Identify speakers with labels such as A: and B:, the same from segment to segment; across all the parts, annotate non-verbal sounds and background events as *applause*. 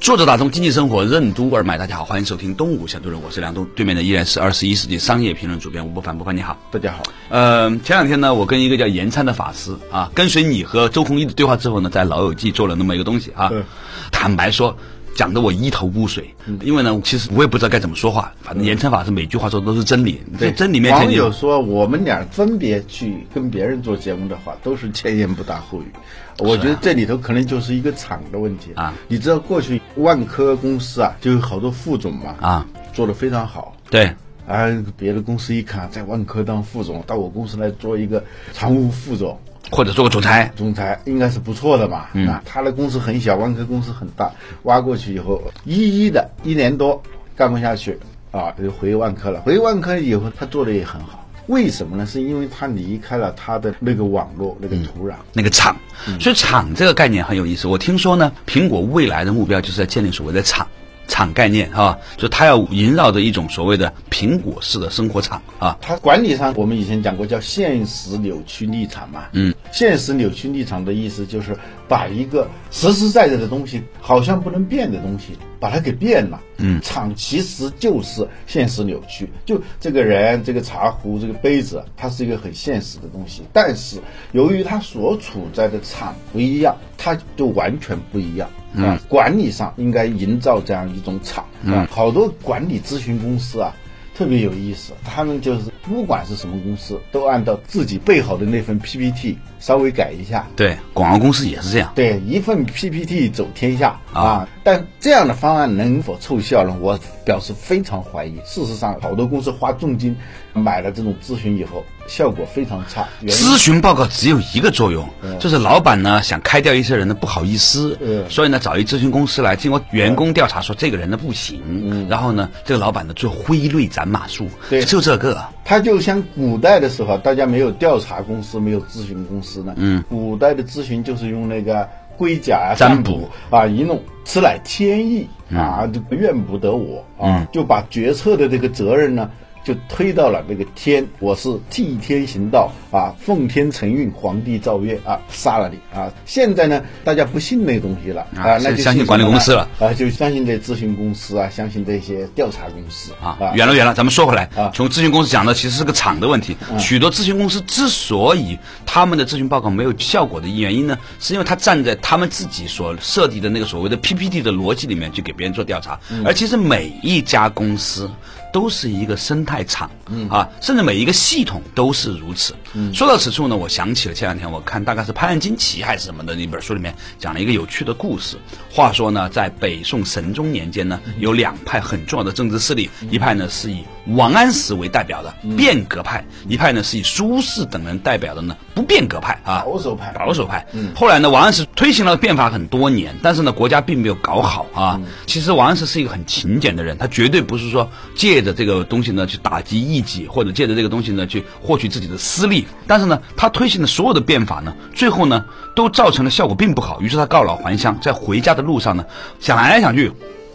A: 作者打通经济生活任督二脉，大家好，欢迎收听《东吴相对论》，我是梁东，对面的依然是二十一世纪商业评论主编吴伯凡，伯凡你好。
B: 大家好，
A: 呃，前两天呢，我跟一个叫严灿的法师啊，跟随你和周鸿祎的对话之后呢，在《老友记》做了那么一个东西啊
B: 嗯。
A: 坦白说，讲的我一头雾水，因为呢，其实我也不知道该怎么说话。反正严灿法师每句话说的都是真理，在真理面前
B: 嗯网
A: 你
B: 友说我们俩分别去跟别人做节目的话，都是前言不搭后语。我觉得这里头可能就是一个场的问题
A: 啊。
B: 你知道过去万科公司啊，就有好多副总嘛
A: 啊，
B: 做的非常好。
A: 对
B: 啊，别的公司一看，在万科当副总，到我公司来做一个常务副总，
A: 或者做个总裁，
B: 总裁应该是不错的吧？嗯、啊，他的公司很小，万科公司很大，挖过去以后，一一的一年多干不下去啊，就回万科了。回万科以后，他做的也很好，为什么呢？是因为他离开了他的那个网络、那个土壤。
A: 那个厂。
B: 嗯
A: 所以厂这个概念很有意思。我听说呢，苹果未来的目标就是在建立所谓的厂。厂概念啊，就它要萦绕着一种所谓的苹果式的生活场啊，
B: 他管理上，我们以前讲过叫现实扭曲立场嘛。嗯，现实扭曲立场的意思就是把一个实实在在的东西，好像不能变的东西，把它给变了。嗯，厂其实就是现实扭曲，就这个人、这个茶壶、这个杯子，它是一个很现实的东西。但是由于它所处在的场不一样，它就完全不一样。啊，管理上应该营造这样一种场。啊，好多管理咨询公司啊。特别有意思，他们就是不管是什么公司，都按照自己备好的那份 PPT 稍微改一下。
A: 对，广告公司也是这样。
B: 对，一份 PPT 走天下
A: 啊
B: 啊！但这样的方案能否凑效呢？我表示非常怀疑。事实上，好多公司花重金买了这种咨询以后，效果非常差。原因
A: 咨询报告只有一个作用，就是老板呢想开掉一些人呢不好意思，
B: 嗯
A: 所以呢找一咨询公司来经过员工调查说这个人呢不行，然后呢这个老板呢就挥泪斩马谡，
B: 嗯对
A: 就这个，
B: 它就像古代的时候，大家没有调查公司，没有咨询公司呢。嗯，古代的咨询就是用那个龟甲啊、
A: 占卜嗯
B: 卜啊一弄，此乃天意啊，就怨不得我啊，就把决策的这个责任呢。就推到了那个天，我是替天行道啊，奉天承运，皇帝诏曰啊，杀了你啊！现在呢，大家不信那个东西了
A: 啊
B: 啊，那就
A: 相信
B: 什
A: 管理
B: 么
A: 公
B: 呢
A: 司了
B: 啊，就相信这咨询公司啊，相信这些调查公司
A: 啊，远了远了，咱们说回来
B: 啊，
A: 从咨询公司讲的其实是个厂的问题。许多咨询公司之所以他们的咨询报告没有效果的原因呢，是因为他站在他们自己所设计的那个所谓的 PPT 的逻辑里面去给别人做调查，而其实每一家公司。都是一个生态场，啊，甚至每一个系统都是如此。
B: 嗯
A: 说到此处呢，我想起了前两天我看大概是潘安金奇还是什么的那本书里面讲了一个有趣的故事。话说呢，在北宋神宗年间
B: 嗯
A: 呢，有两派很重要的政治势力，一派呢是以王安石为代表的
B: 嗯
A: 变革派，一派呢是以苏轼等人代表的呢不变革派啊，
B: 保守派
A: 保守派。后来呢，王安石推行了变法很多年，但是呢，国家并没有搞好啊。其实王安石是一个很勤俭的人，他绝对不是说借着这个东西呢去打击异己，或者借着这个东西呢去获取自己的私利。但是呢，他推行的所有的变法呢，最后呢都造成了效果并不好，于是他告老还乡，在回家的路上呢，想来想去。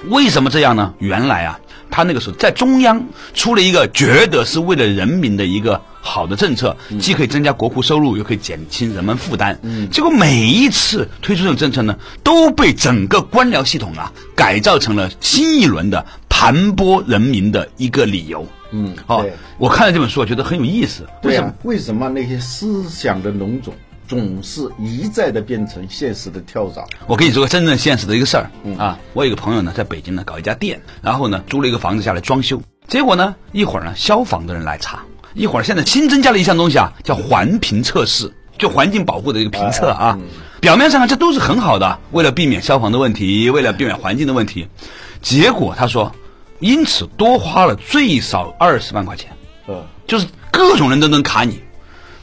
A: 为什么这样呢？原来啊，他那个时候在中央出了一个觉得是为了人民的一个好的政策，
B: 嗯
A: 既可以增加国库收入，又可以减轻人们负担。结果每一次推出这种政策呢，都被整个官僚系统啊改造成了新一轮的盘剥人民的一个理由。嗯，哦
B: 对，
A: 我看了这本书，我觉得很有意思。为
B: 对啊
A: 什
B: 呀、
A: 么？
B: 为什么那些思想的脓肿总是一再的变成现实的跳蚤？
A: 我跟你说个真正现实的一个事儿、啊，我有一个朋友呢，在北京呢搞一家店，然后呢租了一个房子下来装修，结果呢一会儿呢消防的人来查，一会儿现在新增加了一项东西啊，叫环评测试，就环境保护的一个评测啊。表面上看这都是很好的，为了避免消防的问题，为了避免环境的问题，结果他说，因此多花了最少二十万块钱，
B: 呃，
A: 就是各种人都能卡你。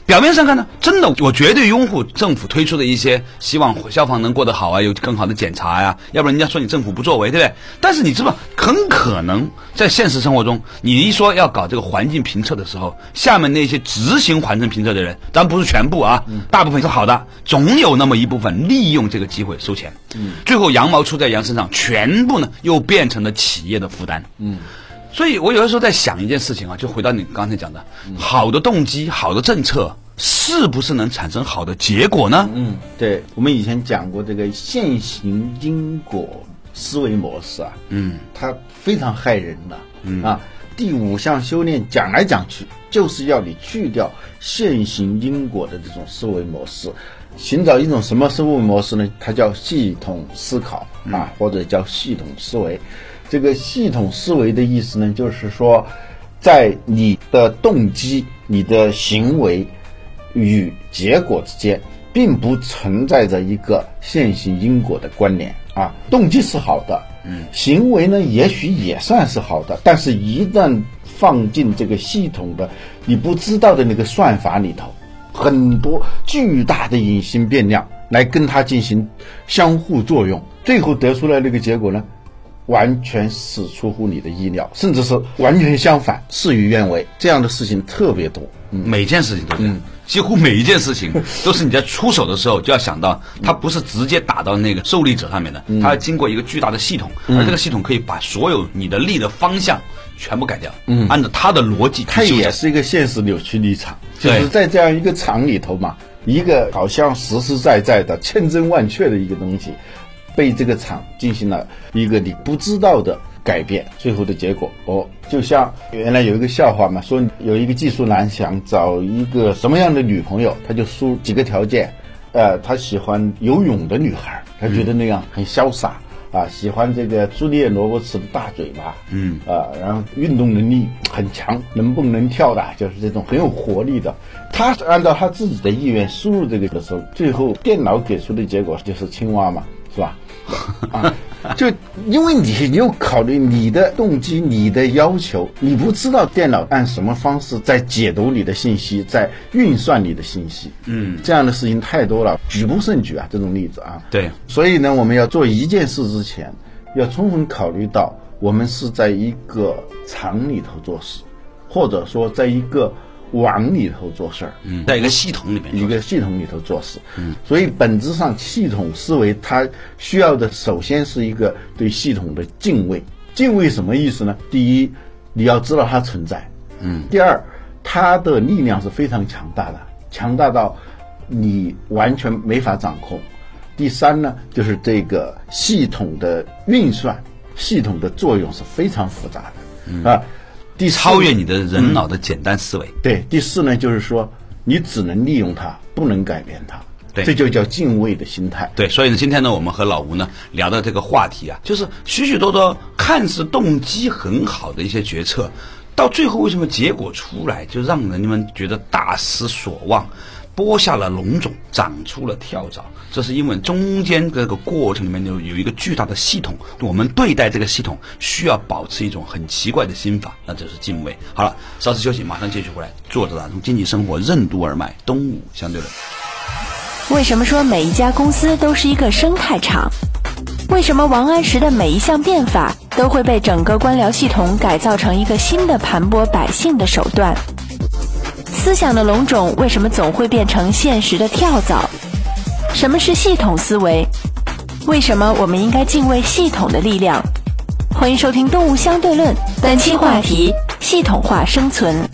A: 表面上看呢，真的，我绝对拥护政府推出的一些，希望消防能过得好啊，有更好的检查呀、要不然人家说你政府不作为，对不对？但是你知道，很可能在现实生活中，你一说要搞这个环境评测的时候，下面那些执行环境评测的人，当然不是全部啊，大部分是好的，总有那么一部分利用这个机会收钱，嗯，最后羊毛出在羊身上，全部呢又变成了企业的负担，嗯。所以我有的时候在想一件事情啊，就回到你刚才讲的，
B: 嗯
A: 好的动机、好的政策，是不是能产生好的结果呢？
B: 嗯，对，我们以前讲过这个现行因果思维模式啊，嗯，它非常害人的，嗯啊，第五项修炼讲来讲去就是要你去掉现行因果的这种思维模式，寻找一种什么思维模式呢？它叫系统思考啊，或者叫系统思维。这个系统思维的意思呢，就是说，在你的动机、你的行为与结果之间，并不存在着一个线性因果的关联啊。动机是好的，嗯，行为呢也许也算是好的，但是一旦放进这个系统的你不知道的那个算法里头，很多巨大的隐形变量来跟它进行相互作用，最后得出来那个结果呢，完全是出乎你的意料，甚至是完全相反，事与愿违，这样的事情特别多。
A: 每件事情都这
B: 嗯
A: 样，几乎每一件事情都是你在出手的时候就要想到，它不是直接打到那个受力者上面的，
B: 嗯
A: 它要经过一个巨大的系统，而这个系统可以把所有你的力的方向全部改掉，按照它的逻辑
B: 嗯它
A: 去修
B: 也
A: 正。
B: 是一个现实扭曲立场，就
A: 对
B: 是在这样一个场里头嘛，一个好像实实在在的、千真万确的一个东西，被这个场进行了一个你不知道的改变，最后的结果哦，就像原来有一个笑话嘛，说有一个技术男想找一个什么样的女朋友，他就输几个条件，呃，他喜欢游泳的女孩儿，他觉得那样很潇洒。啊，喜欢这个朱丽叶·罗伯茨的大嘴巴，嗯，啊，然后运动能力很强，能蹦能跳的，就是这种很有活力的。他是按照他自己的意愿输入这个的时候，最后电脑给出的结果就是青蛙嘛，是吧？ *laughs* 啊， *laughs* 就因为你你有考虑你的动机、你的要求，你不知道电脑按什么方式在解读你的信息，在运算你的信息。嗯，这样的事情太多了，举不胜举啊，这种例子啊。
A: 对
B: 所以呢，我们要做一件事之前，要充分考虑到我们是在一个厂里头做事，或者说在一个网里头做事儿。嗯。
A: 嗯在一个系统里面，
B: 一个系统里头做事。嗯，所以本质上系统思维它需要的首先是一个对系统的敬畏。敬畏什么意思呢？第一，你要知道它存在。嗯。第二，它的力量是非常强大的，强大到你完全没法掌控。第三呢，就是这个系统的运算、系统的作用是非常复杂的。嗯啊，第四
A: 超越你的人脑的简单思维。
B: 对，第四呢，就是说你只能利用它，不能改变它。
A: 对
B: 这就叫敬畏的心态。
A: 对，所以呢，今天呢，我们和老吴呢聊的这个话题啊，就是许许多多看似动机很好的一些决策，到最后为什么结果出来就让人们觉得大失所望，播下了龙种，长出了跳蚤，这是因为中间这个过程里面有有一个巨大的系统，我们对待这个系统需要保持一种很奇怪的心法，那就是敬畏。好了，稍事休息，马上继续回来。作者打通经济生活任督二脉，东吴相对论。
C: 为什么说每一家公司都是一个生态场？为什么王安石的每一项变法都会被整个官僚系统改造成一个新的盘剥百姓的手段？思想的龙种为什么总会变成现实的跳蚤？什么是系统思维？为什么我们应该敬畏系统的力量？欢迎收听《动物相对论》，本期话题：系统化生存。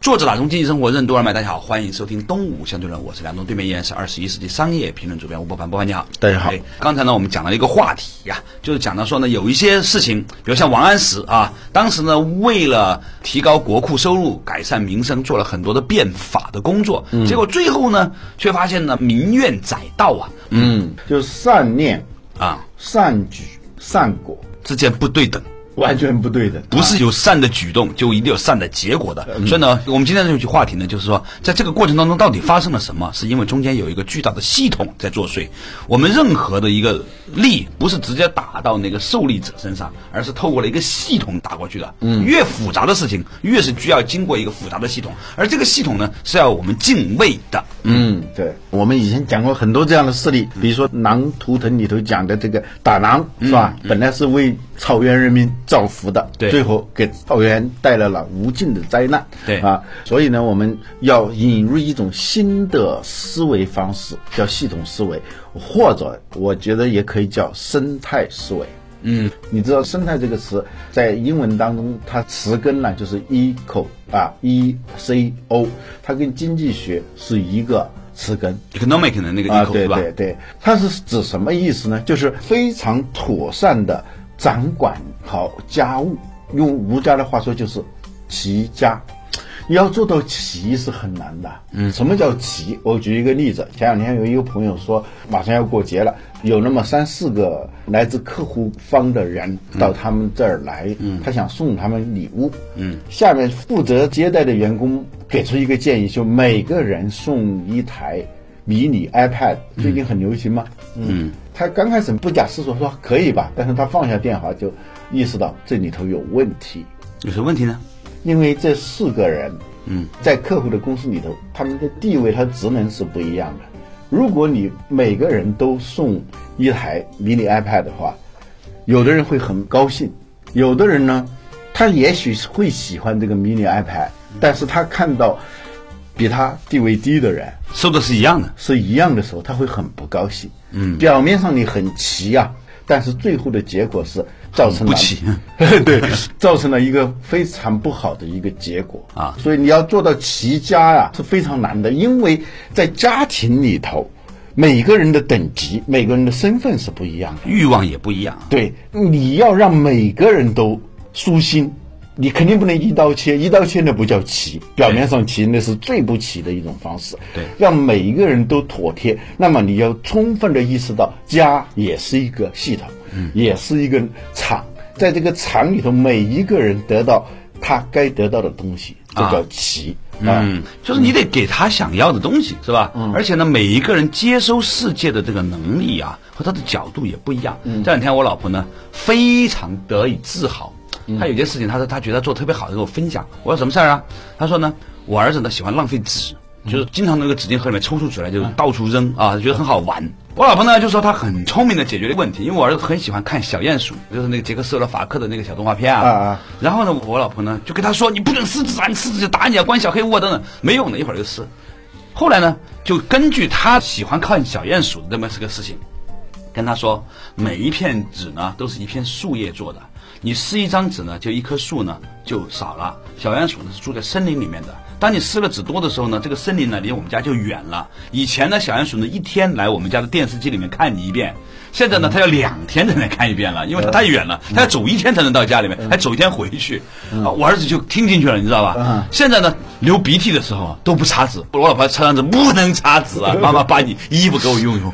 A: 作者打通经济生活任督二脉，大家好，欢迎收听《东吴相对论》，我是梁东，对面依然是二十一世纪商业评论主编吴伯凡，伯凡你好，
B: 大家好
A: 哎刚才呢，我们讲了一个话题呀、就是讲到说呢，有一些事情，比如像王安石啊，当时呢，为了提高国库收入、改善民生，做了很多的变法的工作，
B: 嗯
A: 结果最后呢，却发现呢，民怨载道啊，
B: 嗯，就是善念、
A: 啊
B: 善举、善果
A: 之间不对等，
B: 完全不对的，啊
A: 不是有善的举动，就一定有善的结果的。
B: 嗯
A: 所以呢，我们今天这句话题呢，就是说，在这个过程当中到底发生了什么？是因为中间有一个巨大的系统在作祟。我们任何的一个力，不是直接打到那个受力者身上，而是透过了一个系统打过去的。嗯，越复杂的事情，越是需要经过一个复杂的系统，而这个系统呢，是要我们敬畏的。
B: 嗯，对，嗯我们以前讲过很多这样的事例，比如说《狼图腾》里头讲的这个打狼，是吧？本来是为草原人民造福的，
A: 对
B: 最后给草原带来了无尽的灾难，
A: 对
B: 啊，所以呢，我们要引入一种新的思维方式，叫系统思维，或者我觉得也可以叫生态思维。嗯，你知道“生态”这个词在英文当中，它词根呢就是 eco 啊，e c o，它跟经济学是一个词根
A: economic 的那个
B: 啊，
A: eco、
B: 对
A: 是吧？
B: 对对，它是指什么意思呢？就是非常妥善的掌管好家务，用儒家的话说就是齐家。你要做到齐是很难的。嗯，什么叫齐？我举一个例子，前两天有一个朋友说，马上要过节了，有那么三四个来自客户方的人
A: 嗯
B: 到他们这儿来，他想送他们礼物。嗯，下面负责接待的员工给出一个建议，就每个人送一台迷你 iPad 最近很流行嘛。嗯，他刚开始不假思索说可以吧，但是他放下电话就意识到这里头有问题，
A: 有什么问题呢？
B: 因为这四个人，嗯，在客户的公司里头，他们的地位和职能是不一样的。如果你每个人都送一台迷你 iPad 的话，有的人会很高兴，有的人呢，他也许会喜欢这个迷你 iPad，但是他看到比他地位低的人，
A: 收的是一样的。
B: 是一样的时候，他会很不高兴。嗯，表面上你很齐呀、但是最后的结果是造成了
A: 不齐，
B: 对，造成了一个非常不好的一个结果
A: 啊
B: 所以你要做到齐家呀、是非常难的，因为在家庭里头，每个人的等级、每个人的身份是不一样的。
A: 欲望也不一样，
B: 对，你要让每个人都舒心，你肯定不能一刀切，一刀切那不叫齐，表面上齐那是最不齐的一种方式。
A: 对
B: 让每一个人都妥帖，那么你要充分的意识到，家也是一个系统，
A: 嗯
B: 也是一个场，在这个场里头，每一个人得到他该得到的东西，这
A: 啊
B: 叫齐。啊
A: 嗯，就是你得给他想要的东西，是吧？而且呢，每一个人接收世界的这个能力啊，和他的角度也不一样。这两天我老婆呢，非常得以自豪。她有件事情，她说她觉得她做得特别好，跟我分享。我说什么事儿啊？她说呢，我儿子呢喜欢浪费纸，就是经常那个纸巾盒里面抽出纸来就到处扔啊，觉得很好玩。我老婆呢就说她很聪明的解决了问题，因为我儿子很喜欢看小鼹鼠，就是那个捷克斯洛伐克的那个小动画片啊。
B: 啊啊
A: 然后呢，我老婆呢就跟他说：“你不准撕纸啊，你撕纸就打你啊，关小黑屋啊等等，没用的，一会儿就撕。”后来呢，就根据他喜欢看小鼹鼠的这么这个事情，跟他说，每一片纸呢都是一片树叶做的，你撕一张纸呢，就一棵树呢就少了。小鼹鼠呢是住在森林里面的，当你撕了纸多的时候呢，这个森林呢离我们家就远了。以前呢，小鼹鼠呢一天来我们家的电视机里面看你一遍。现在呢，它要两天才能看一遍了，因为它太远了，它要走一天才能到家里面，还走一天回去。啊，我儿子就听进去了，你知道吧？现在呢，流鼻涕的时候啊都不擦纸，我老婆擦张纸不能擦纸啊，妈妈把你衣服给我用 *laughs* 用。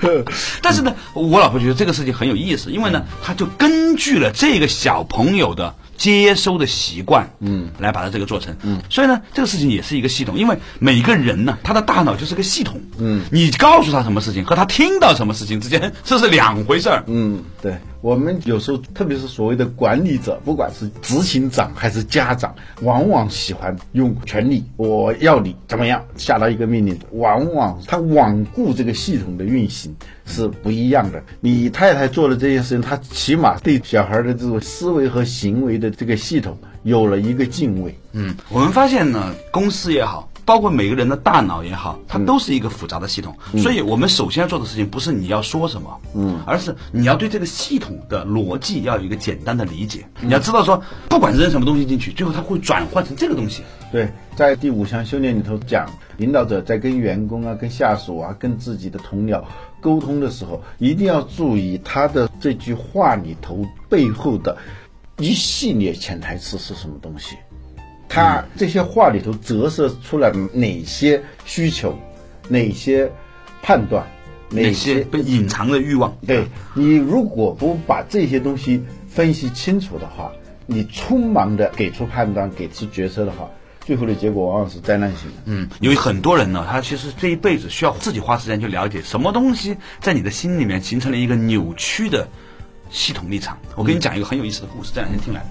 A: *laughs* 但是呢，我老婆觉得这个事情很有意思，因为呢，她就根据了这个小朋友的接收的习惯，嗯，来把它这个做成，嗯，所以呢，这个事情也是一个系统，因为每个人呢，他的大脑就是个系统，嗯，你告诉他什么事情和他听到什么事情之间，这是两回事儿，
B: 嗯，对，我们有时候，特别是所谓的管理者，不管是执行长还是家长，往往喜欢用权力，我要你怎么样下达一个命令，往往他罔顾这个系统的运行是不一样的。你太太做的这件事情，她起码对小孩的这种思维和行为的这个系统有了一个敬畏。
A: 嗯，我们发现呢，公司也好，包括每个人的大脑也好，它都是一个复杂的系统。所以我们首先要做的事情不是你要说什么，嗯，而是你要对这个系统的逻辑要有一个简单的理解。你要知道说，不管扔什么东西进去，最后它会转换成这个东西。
B: 对，在第五项修炼里头讲，领导者在跟员工啊、跟下属啊、跟自己的同僚沟通的时候，一定要注意他的这句话里头背后的一系列潜台词是什么东西，他这些话里头折射出来哪些需求，哪些判断，哪
A: 哎那些被隐藏的欲望，
B: 对你如果不把这些东西分析清楚的话，你匆忙的给出判断、给出决策的话，最后的结果往往是灾难性的。
A: 嗯，有很多人呢，他其实这一辈子需要自己花时间去了解什么东西在你的心里面形成了一个扭曲的系统立场。我跟你讲一个很有意思的故事，这两天听来的。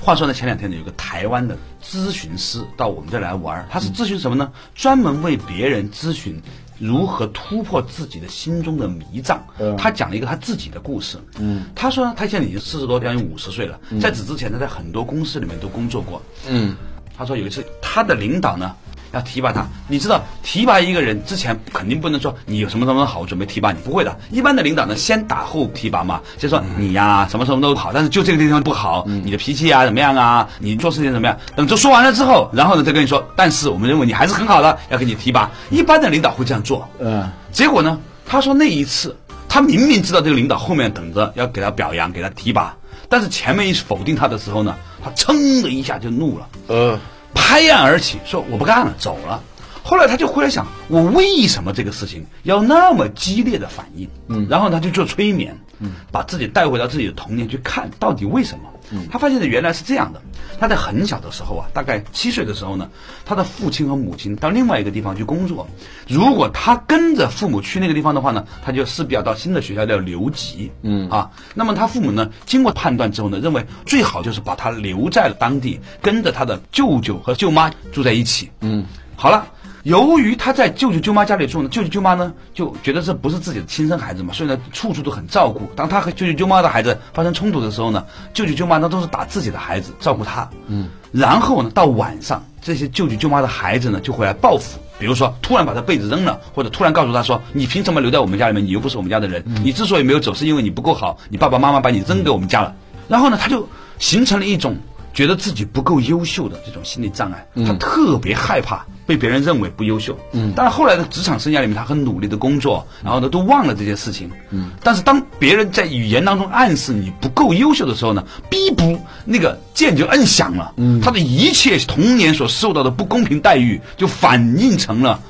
A: 话说呢，前两天呢，有个台湾的咨询师到我们这儿来玩儿，他是咨询什么呢？专门为别人咨询如何突破自己的心中的迷障。他讲了一个他自己的故事。嗯，他说呢，他现在已经四十多，将近五十岁了。在此之前呢，在很多公司里面都工作过。嗯，他说有一次他的领导呢。要提拔他，你知道提拔一个人之前肯定不能说你有什么什么好，准备提拔你，不会的。一般的领导呢，先打后提拔嘛，先说你呀、什么什么都好，但是就这个地方不好，你的脾气啊怎么样啊，你做事情怎么样，等这说完了之后，然后呢再跟你说，但是我们认为你还是很好的，要给你提拔。一般的领导会这样做，
B: 嗯，
A: 结果呢，他说那一次，他明明知道这个领导后面等着要给他表扬，给他提拔，但是前面一否定他的时候呢，他噌的一下就怒了，
B: 呃，
A: 拍案而起，说我不干了，走了。后来他就回来想，我为什么这个事情要那么激烈的反应？嗯，然后他就做催眠，嗯，把自己带回到自己的童年去看到底为什么。嗯，他发现的原来是这样的，他在很小的时候啊，大概七岁的时候呢，他的父亲和母亲到另外一个地方去工作，如果他跟着父母去那个地方的话呢，他就势必要到新的学校要留级，嗯啊，那么他父母呢，经过判断之后呢，认为最好就是把他留在了当地，跟着他的舅舅和舅妈住在一起，嗯，好了。由于他在舅舅舅妈家里住呢，舅舅舅妈呢就觉得这不是自己的亲生孩子嘛，所以呢处处都很照顾。当他和舅舅舅妈的孩子发生冲突的时候呢，舅舅舅妈呢都是打自己的孩子照顾他。嗯，然后呢到晚上，这些舅舅舅妈的孩子呢就会来报复。比如说，突然把他被子扔了，或者突然告诉他说：“你凭什么留在我们家里面？你又不是我们家的人。你之所以没有走，是因为你不够好，你爸爸妈妈把你扔给我们家了。”然后呢，他就形成了一种觉得自己不够优秀的这种心理障碍，他特别害怕被别人认为不优秀。嗯，但是后来的职场生涯里面，他很努力的工作，然后呢都忘了这些事情。嗯，但是当别人在语言当中暗示你不够优秀的时候呢，逼不那个键就摁响了。嗯，他的一切童年所受到的不公平待遇，就反映成了。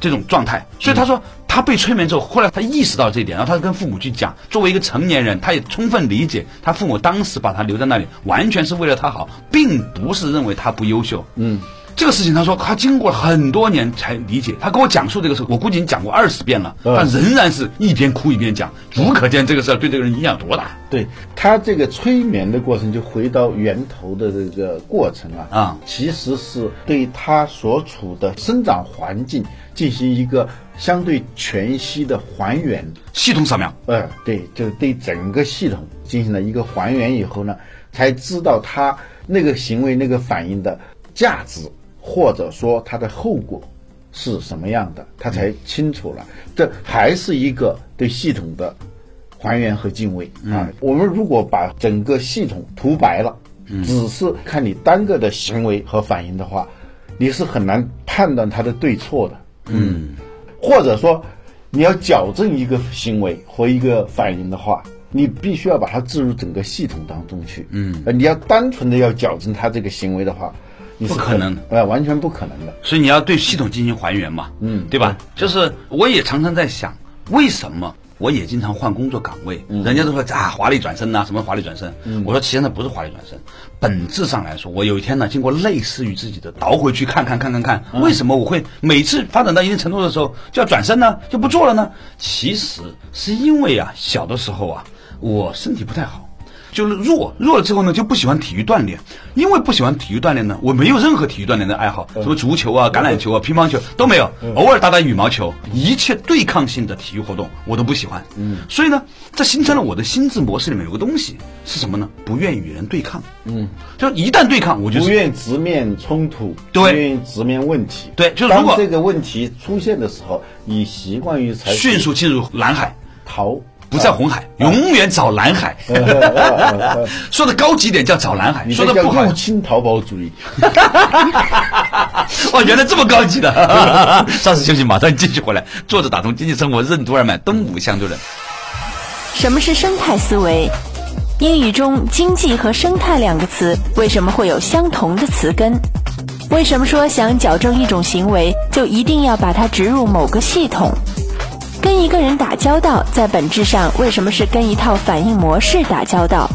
A: 这种状态。所以他说他被催眠之后，后来他意识到这一点，然后他跟父母去讲。作为一个成年人，他也充分理解他父母当时把他留在那里，完全是为了他好，并不是认为他不优秀。嗯。这个事情，他说他经过了很多年才理解。他跟我讲述这个事，我估计已经讲过二十遍了，但仍然是一边哭一边讲，足可见这个事儿对这个人影响多大。
B: 对他这个催眠的过程，就回到源头的这个过程啊，
A: 啊
B: 其实是对他所处的生长环境进行一个相对全息的还原。
A: 系统扫描，
B: 呃，对，就是对整个系统进行了一个还原以后呢，才知道他那个行为、那个反应的价值，或者说它的后果是什么样的，他才清楚了。这还是一个对系统的还原和敬畏
A: 嗯
B: 啊。我们如果把整个系统涂白了，
A: 嗯
B: 只是看你单个的行为和反应的话，你是很难判断它的对错的。
A: 嗯
B: 或者说你要矫正一个行为或一个反应的话，你必须要把它置入整个系统当中去。嗯，你要单纯的要矫正他这个行为的话，你是
A: 不可能
B: 很，呃，完全不可能的。
A: 所以你要对系统进行还原嘛，嗯，对吧？就是我也常常在想，为什么我也经常换工作岗位？人家都说啊，华丽转身呐、什么华丽转身？我说其实那不是华丽转身，本质上来说，我有一天呢，经过类似于自己的倒回去看看看看看，为什么我会每次发展到一定程度的时候就要转身呢？就不做了呢？其实是因为啊，小的时候啊，我身体不太好。就是弱，弱了之后呢，就不喜欢体育锻炼，因为不喜欢体育锻炼呢，我没有任何体育锻炼的爱好，什么足球啊、橄榄球啊、乒乓球都没有，偶尔打打羽毛球，一切对抗性的体育活动我都不喜欢。嗯，所以呢，这形成了我的心智模式里面有个东西是什么呢？不愿与人对抗。嗯，就一旦对抗，我就
B: 不
A: 是
B: 愿直面冲突，
A: 对
B: 不愿直面问题。
A: 对就是如
B: 当
A: 果
B: 这个问题出现的时候，你习惯于采取
A: 迅速进入蓝海。
B: 逃，
A: 不在红海，永远找蓝海。说的高级点叫找蓝海，
B: 你
A: 说
B: 这
A: 的
B: 叫
A: 不好
B: 入侵淘宝主义。
A: *laughs* 哦，原来这么高级
B: *laughs*
A: 的！ *laughs* 上次休息，马上继续回来。坐着打通经济生活任督二脉，东吴相对论。
C: 什么是生态思维？英语中“经济”和“生态”两个词为什么会有相同的词根？为什么说想矫正一种行为，就一定要把它植入某个系统？跟一个人打交道，在本质上为什么是跟一套反应模式打交道？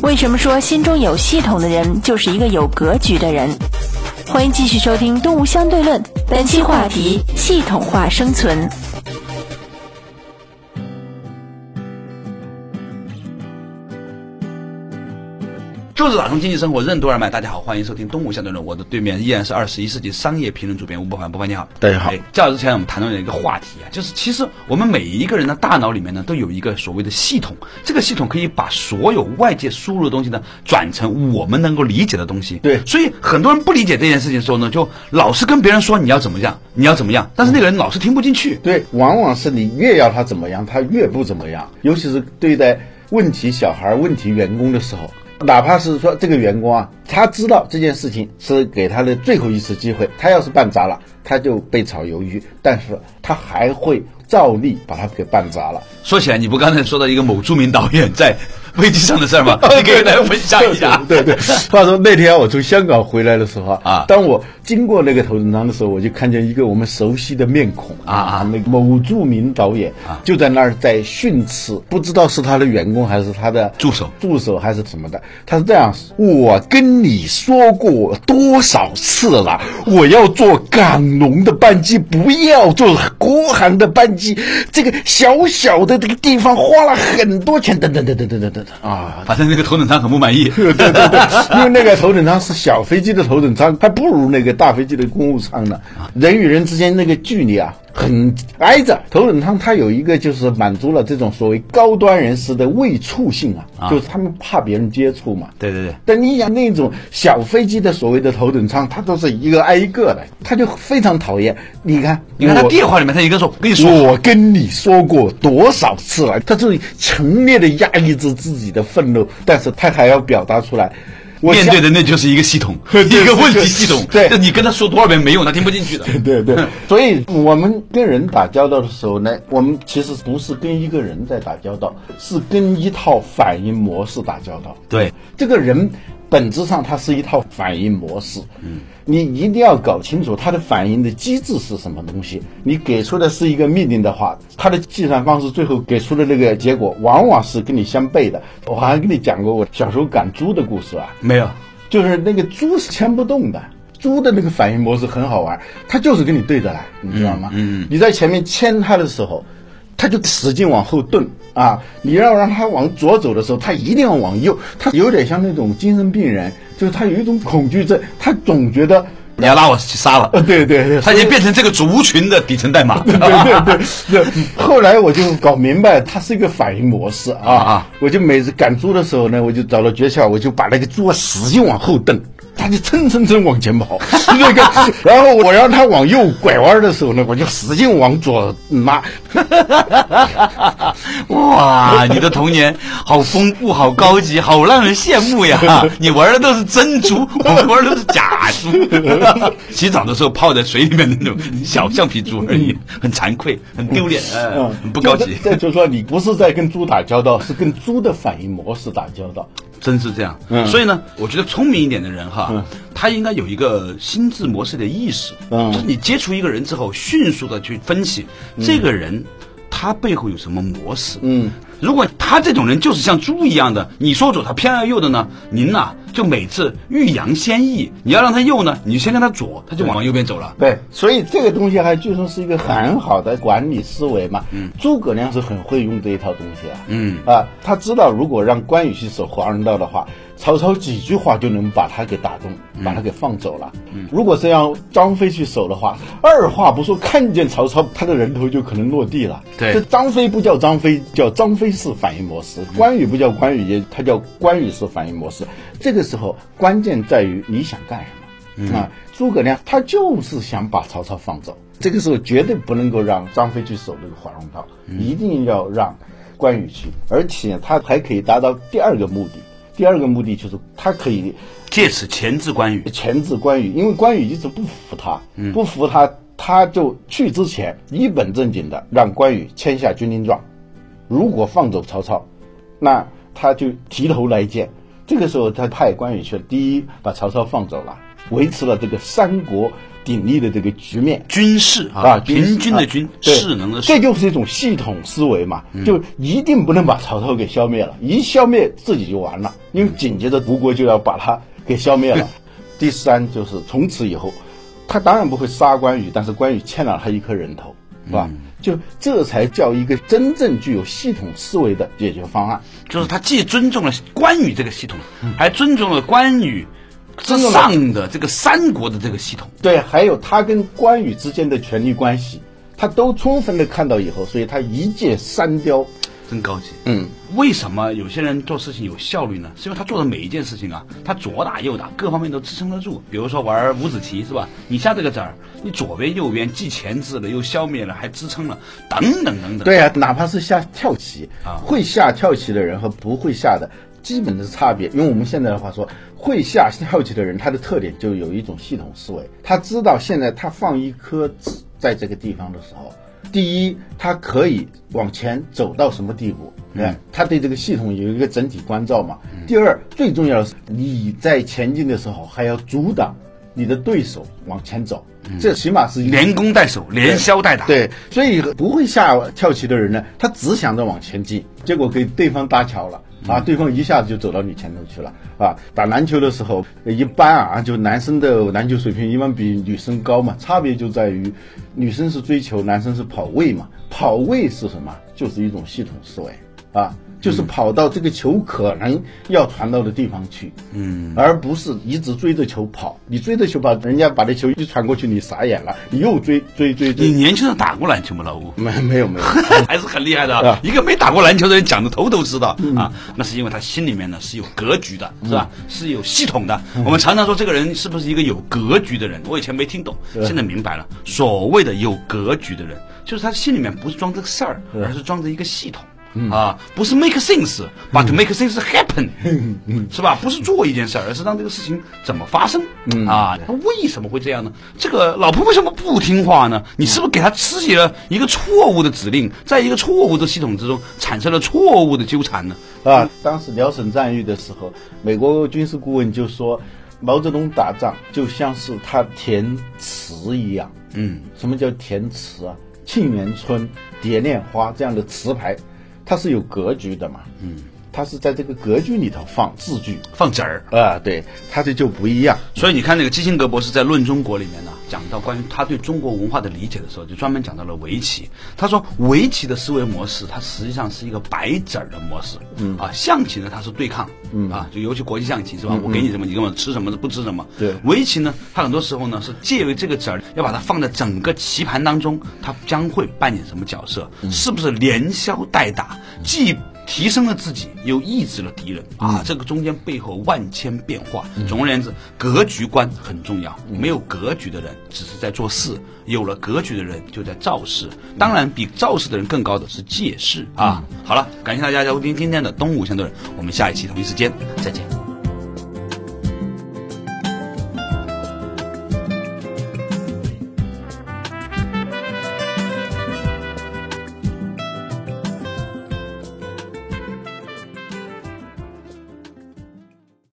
C: 为什么说心中有系统的人就是一个有格局的人？欢迎继续收听《东吴相对论》，本期话题：系统化生存。
A: 就是打通经济生活任督二脉。大家好，欢迎收听《东吴相对论》，我的对面依然是二十一世纪商业评论主编吴伯凡。伯凡你好，
B: 大家好
A: 哎较早之前我们谈论了一个话题啊，就是其实我们每一个人的大脑里面呢，都有一个所谓的系统，这个系统可以把所有外界输入的东西呢，转成我们能够理解的东西。
B: 对
A: 所以很多人不理解这件事情的时候呢，就老是跟别人说你要怎么样，你要怎么样，但是那个人老是听不进去。
B: 对，往往是你越要他怎么样，他越不怎么样。尤其是对待问题小孩、问题员工的时候，哪怕是说这个员工啊，他知道这件事情是给他的最后一次机会，他要是办砸了，他就被炒鱿鱼，但是他还会照例把他给办砸了。
A: 说起来，你不刚才说到一个某著名导演在飞机上的事儿
B: *laughs*
A: 吗？你给大家分享一下。
B: 对对，话说那天我从香港回来的时候
A: 啊
B: 当我经过那个头等舱的时候，我就看见一个我们熟悉的面孔
A: 啊啊
B: 那个某著名导演
A: 啊
B: 就在那儿在训斥，不知道是他的员工还是他的
A: 助手
B: 助手还是什么的，他是这样说：“我跟你说过多少次了，我要坐港龙的班机，不要坐国航的班机。这个小小的这个地方花了很多钱，等等等等等等等等啊，
A: 反正那个头等舱很不满意。
B: 对对对对，因为那个头等舱是小飞机的头等舱，还不如那个大飞机的公务舱呢。人与人之间那个距离啊，很挨着。头等舱它有一个就是满足了这种所谓高端人士的畏触性啊，就是他们怕别人接触嘛。
A: 对对对，
B: 但你想那种小飞机的所谓的头等舱，它都是一个挨一个的，它就非常讨厌。你看，
A: 你看他
B: 我
A: 电话里面，他一个说，我 *laughs* 跟你说，
B: 我跟你说过多少次了？他这里强烈的压抑着自己的愤怒，但是他还要表达出来。我
A: 面
B: 相
A: 对的那就是一个系统，
B: *laughs* 对对
A: 一个问题系统。
B: 对
A: 那你跟他说多少遍没用，他听不进去的。
B: *laughs* 对
A: *laughs*
B: 对，所以我们跟人打交道的时候呢，我们其实不是跟一个人在打交道，是跟一套反应模式打交道。
A: 对，
B: 这个人本质上它是一套反应模式，嗯，你一定要搞清楚它的反应的机制是什么东西。你给出的是一个命令的话，它的计算方式最后给出的那个结果，往往是跟你相悖的。我好像跟你讲过我小时候赶猪的故事啊，
A: 没有，
B: 就是那个猪是牵不动的，猪的那个反应模式很好玩，它就是跟你对着来，你知道吗？嗯，你在前面牵它的时候，它就使劲往后顿啊，你要让它往左走的时候，它一定要往右，它有点像那种精神病人，就是他有一种恐惧症，他总觉得，
A: 你要拉我去杀
B: 呃， *laughs*
A: 了，
B: 对对对，
A: 他已经变成这个族群的底层代码。
B: *laughs* 对对对， *laughs* 后来我就搞明白，它是一个反应模式啊
A: 啊
B: 我就每次赶猪的时候呢，我就找到诀窍，我就把那个猪啊使劲往后蹬。它就蹭蹭蹭往前 *laughs* 跑，那个，然后我让它往右拐弯的时候呢，我就使劲往左拉，
A: 哇，你的童年好丰富，好高级，好让人羡慕
B: *laughs*
A: 呀！你玩的都是真猪，我们玩的都是假猪。 *laughs* 洗澡的时候泡在水里面的那种小橡皮猪而已，很惭愧，很丢脸，呃
B: 嗯，
A: 很不高级。
B: 这就是说，你不是在跟猪打交道，是跟猪的反应模式打交道。
A: 真是这样。
B: 嗯
A: 所以呢，我觉得聪明一点的人哈，
B: 嗯
A: 他应该有一个心智模式的意识，
B: 嗯
A: 就是你接触一个人之后，迅速的去分析、这个人他背后有什么模式。
B: 嗯，
A: 如果他这种人就是像猪一样的，你说左他偏要右的呢，您呐、就每次欲扬先抑，你要让他右呢，你先让他左，他就往右边走了。
B: 对，所以这个东西还据说是一个很好的管理思维嘛。嗯，诸葛亮是很会用这一套东西啊。
A: 嗯
B: 啊，他知道如果让关羽去守华容道的话，曹操几句话就能把他给打动，把他给放走了。嗯，如果是让张飞去守的话，二话不说，看见曹操，他的人头就可能落地了。
A: 对
B: 这张飞不叫张飞，叫张飞式反应模式；关羽不叫关羽，也他叫关羽式反应模式。这个时候，关键在于你想干什么。啊，诸葛亮他就是想把曹操放走，这个时候绝对不能够让张飞去守这个华容道，一定要让关羽去，而且他还可以达到第二个目的。第二个目的就是他可以
A: 借此钳制关羽。
B: 钳制关羽，因为关羽一直不服他，不服他，他就去之前一本正经的让关羽签下军令状，如果放走曹操，那他就提头来见。这个时候他派关羽去，第一把曹操放走了，维持了这个三国鼎立的这个局面。
A: 军事
B: 啊，
A: 平均的均
B: 啊，对
A: 势能的势嗯
B: 这。就是一种系统思维嘛，就一定不能把曹操给消灭了，一消灭自己就完了，
A: 嗯
B: 因为紧接着吴国就要把他给消
A: *laughs*
B: 灭了。第三就是从此以后，他当然不会杀关羽，但是关羽欠了他一颗人头，是吧？
A: 嗯
B: 就这才叫一个真正具有系统思维的解决方案。
A: 就是他既尊重了关羽这个系统，还尊重了关羽之
B: 重了
A: 上的这个三国的这个系统。
B: 对，还有他跟关羽之间的权力关系，他都充分的看到以后，所以他一箭三雕。
A: 真高级。嗯，为什么有些人做事情有效率呢？是因为他做的每一件事情啊，他左打右打，各方面都支撑得住。比如说玩五子棋是吧？你下这个子儿，你左边右边既钳制了，又消灭了，还支撑了，等等等等。，
B: 对呀、啊哪怕是下跳棋
A: 啊
B: 会下跳棋的人和不会下的基本的差别，用我们现在的话说，会下跳棋的人，他的特点就有一种系统思维，他知道现在他放一颗子在这个地方的时候，第一，他可以往前走到什么地步。对
A: 嗯
B: 吧，他对这个系统有一个整体关照嘛。第二，最重要的是你在前进的时候还要阻挡你的对手往前走，这起码是一
A: 嗯
B: 个
A: 连攻带守，连消带打。，
B: 对，所以不会下跳棋的人呢，他只想着往前进，结果给对方搭桥了。啊，对方一下子就走到你前头去了啊！打篮球的时候，一般啊，就男生的篮球水平一般比女生高嘛，差别就在于，女生是追求，男生是跑位嘛。跑位是什么？就是一种系统思维啊，就是跑到这个球可能要传到的地方去，嗯，而不是一直追着球跑。你追着球跑，人家把这球一传过去，你傻眼了，你又追追追追，
A: 你年轻人打过篮球吗，老吴？
B: 没没有没有，
A: *laughs* 还是很厉害的啊
B: 啊。
A: 一个没打过篮球的人讲的头头是道啊，那是因为他心里面呢是有格局的，是吧？是有系统的。我们常常说这个人是不是一个有格局的人？我以前没听懂，现在明白了。所谓的有格局的人，就是他心里面不是装这个事儿，而是装着一个系统。啊，不是 make things，but make things happen，是吧？不是做一件事儿，而是让这个事情怎么发生啊？他为什么会这样呢？这个老婆为什么不听话呢？你是不是给他施以了一个错误的指令，在一个错误的系统之中产生了错误的纠缠呢？
B: 啊，当时辽沈战役的时候，美国军事顾问就说，毛泽东打仗就像是他填词一样。
A: 嗯，
B: 什么叫填词啊？沁园春、蝶恋花这样的词牌，它是有格局的嘛。嗯，它是在这个格局里头放字句。
A: 放纸儿。
B: 啊，对，它这就不一样。
A: 所以你看，那个基辛格博士在《论中国》里面呢，讲到关于他对中国文化的理解的时候，就专门讲到了围棋。他说，围棋的思维模式，它实际上是一个白子儿的模式。嗯啊，象棋呢，它是对抗。嗯啊，就尤其国际象棋是吧？我给你什么，你给我吃什么，不吃什么。
B: 对
A: 围棋呢，它很多时候呢是借由这个子儿，要把它放在整个棋盘当中，它将会扮演什么角色？是不是连消带打，既提升了自己，又抑制了敌人啊？这个中间背后万千变化。总而言之，格局观很重要。没有格局的人只是在做事，有了格局的人就在造势。当然，比造势的人更高的是借势啊。好了，感谢大家收听今天的东吴相对论，我们下一期同一时间再见。